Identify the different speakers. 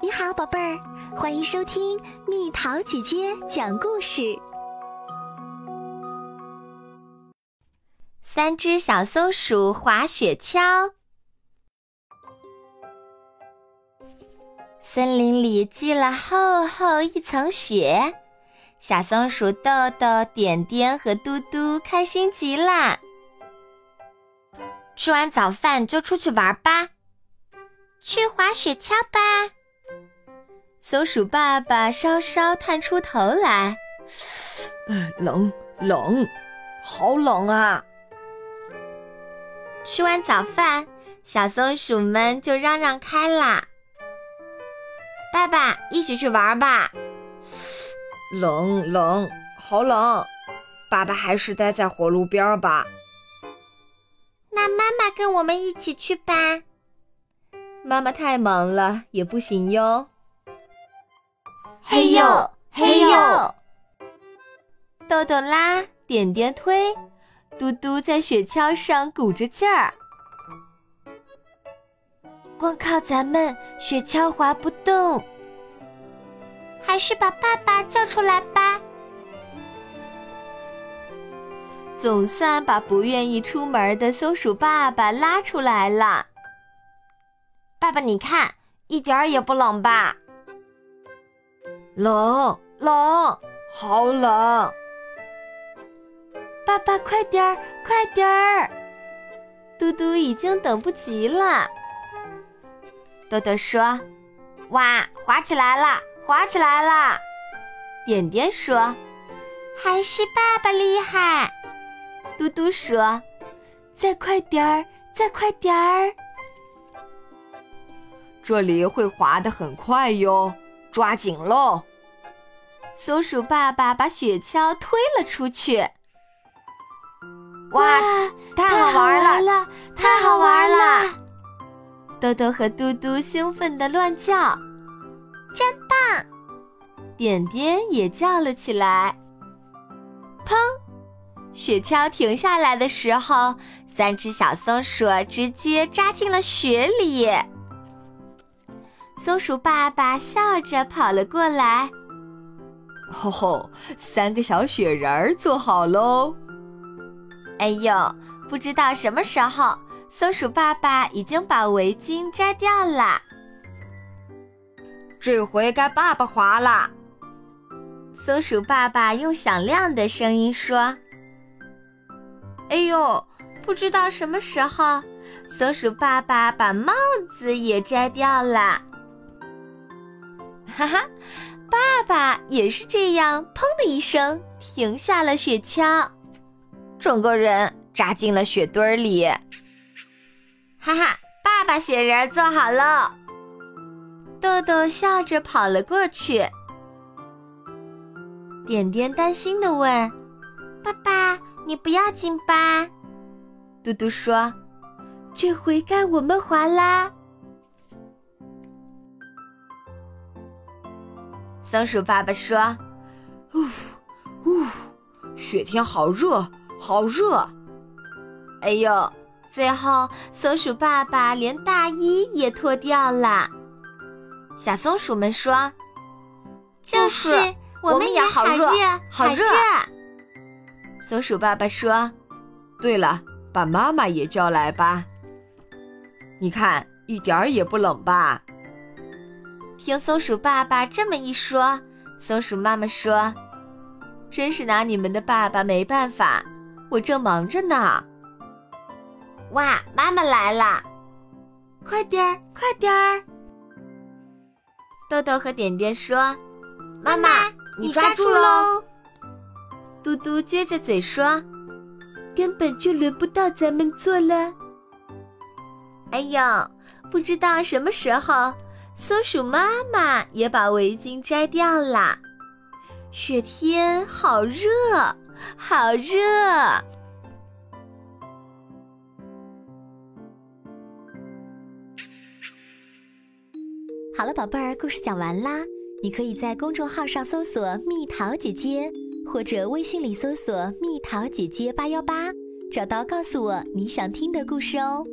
Speaker 1: 你好，宝贝儿，欢迎收听蜜桃姐姐讲故事。
Speaker 2: 三只小松鼠滑雪橇。森林里积了厚厚一层雪，小松鼠豆豆、点点和嘟嘟开心极了。吃完早饭就出去玩吧，去滑雪橇吧。松鼠爸爸稍稍探出头来，
Speaker 3: 哎冷冷，好冷啊！
Speaker 2: 吃完早饭，小松鼠们就嚷嚷开啦。爸爸，一起去玩吧！
Speaker 3: 冷冷，好冷！爸爸还是待在火炉边吧。
Speaker 2: 那妈妈跟我们一起去吧。妈妈太忙了，也不行哟。
Speaker 4: 嘿呦，嘿呦！
Speaker 2: 豆豆拉，点点推，嘟嘟在雪橇上鼓着劲儿。光靠咱们，雪橇滑不动。
Speaker 4: 还是把爸爸叫出来吧。
Speaker 2: 总算把不愿意出门的松鼠爸爸拉出来了。爸爸，你看，一点儿也不冷吧？
Speaker 3: 冷冷，好冷！
Speaker 2: 爸爸，快点儿，快点儿！嘟嘟已经等不及了。豆豆说：“哇，滑起来了，滑起来了！”点点说：“
Speaker 4: 还是爸爸厉害。”
Speaker 2: 嘟嘟说：“再快点儿，再快点儿！”
Speaker 3: 这里会滑得很快哟，抓紧喽！
Speaker 2: 松鼠爸爸把雪橇推了出去。
Speaker 4: 哇，
Speaker 2: 太好
Speaker 4: 玩
Speaker 2: 了，
Speaker 4: 太好玩了！
Speaker 2: 豆豆和嘟嘟兴奋地乱叫，
Speaker 4: 真棒！
Speaker 2: 点点也叫了起来。砰！雪橇停下来的时候，三只小松鼠直接扎进了雪里。松鼠爸爸笑着跑了过来。
Speaker 3: 吼吼，三个小雪人儿做好喽！
Speaker 2: 哎呦，不知道什么时候。松鼠爸爸已经把围巾摘掉了，
Speaker 3: 这回该爸爸滑了。
Speaker 2: 松鼠爸爸用响亮的声音说：“哎呦，不知道什么时候，松鼠爸爸把帽子也摘掉了。”哈哈，爸爸也是这样，砰的一声停下了雪橇，整个人扎进了雪堆里。哈哈，爸爸雪人做好喽！豆豆笑着跑了过去。点点担心的问：“
Speaker 4: 爸爸，你不要紧吧？”
Speaker 2: 嘟嘟说：“这回该我们滑啦！”松鼠爸爸说：“
Speaker 3: 呜呜，雪天好热，好热！
Speaker 2: 哎呦！”最后，松鼠爸爸连大衣也脱掉了。小松鼠们说：“，
Speaker 4: 就是我
Speaker 2: 们也好热，
Speaker 4: 好热。”
Speaker 2: 松鼠爸爸说：“
Speaker 3: 对了，把妈妈也叫来吧。你看，一点儿也不冷吧？”
Speaker 2: 听松鼠爸爸这么一说，松鼠妈妈说：“真是拿你们的爸爸没办法，我正忙着呢。”
Speaker 4: 哇，妈妈来啦！
Speaker 2: 快点儿，快点儿！豆豆和点点说：“
Speaker 4: 妈妈，
Speaker 2: 你
Speaker 4: 抓
Speaker 2: 住
Speaker 4: 喽！”
Speaker 2: 嘟嘟撅着嘴说：“根本就轮不到咱们做了。”哎呦，不知道什么时候，松鼠妈妈也把围巾摘掉了。雪天好热，好热！
Speaker 1: 好了，宝贝儿，故事讲完啦。你可以在公众号上搜索“蜜桃姐姐”，或者微信里搜索“蜜桃姐姐八幺八”，找到告诉我你想听的故事哦。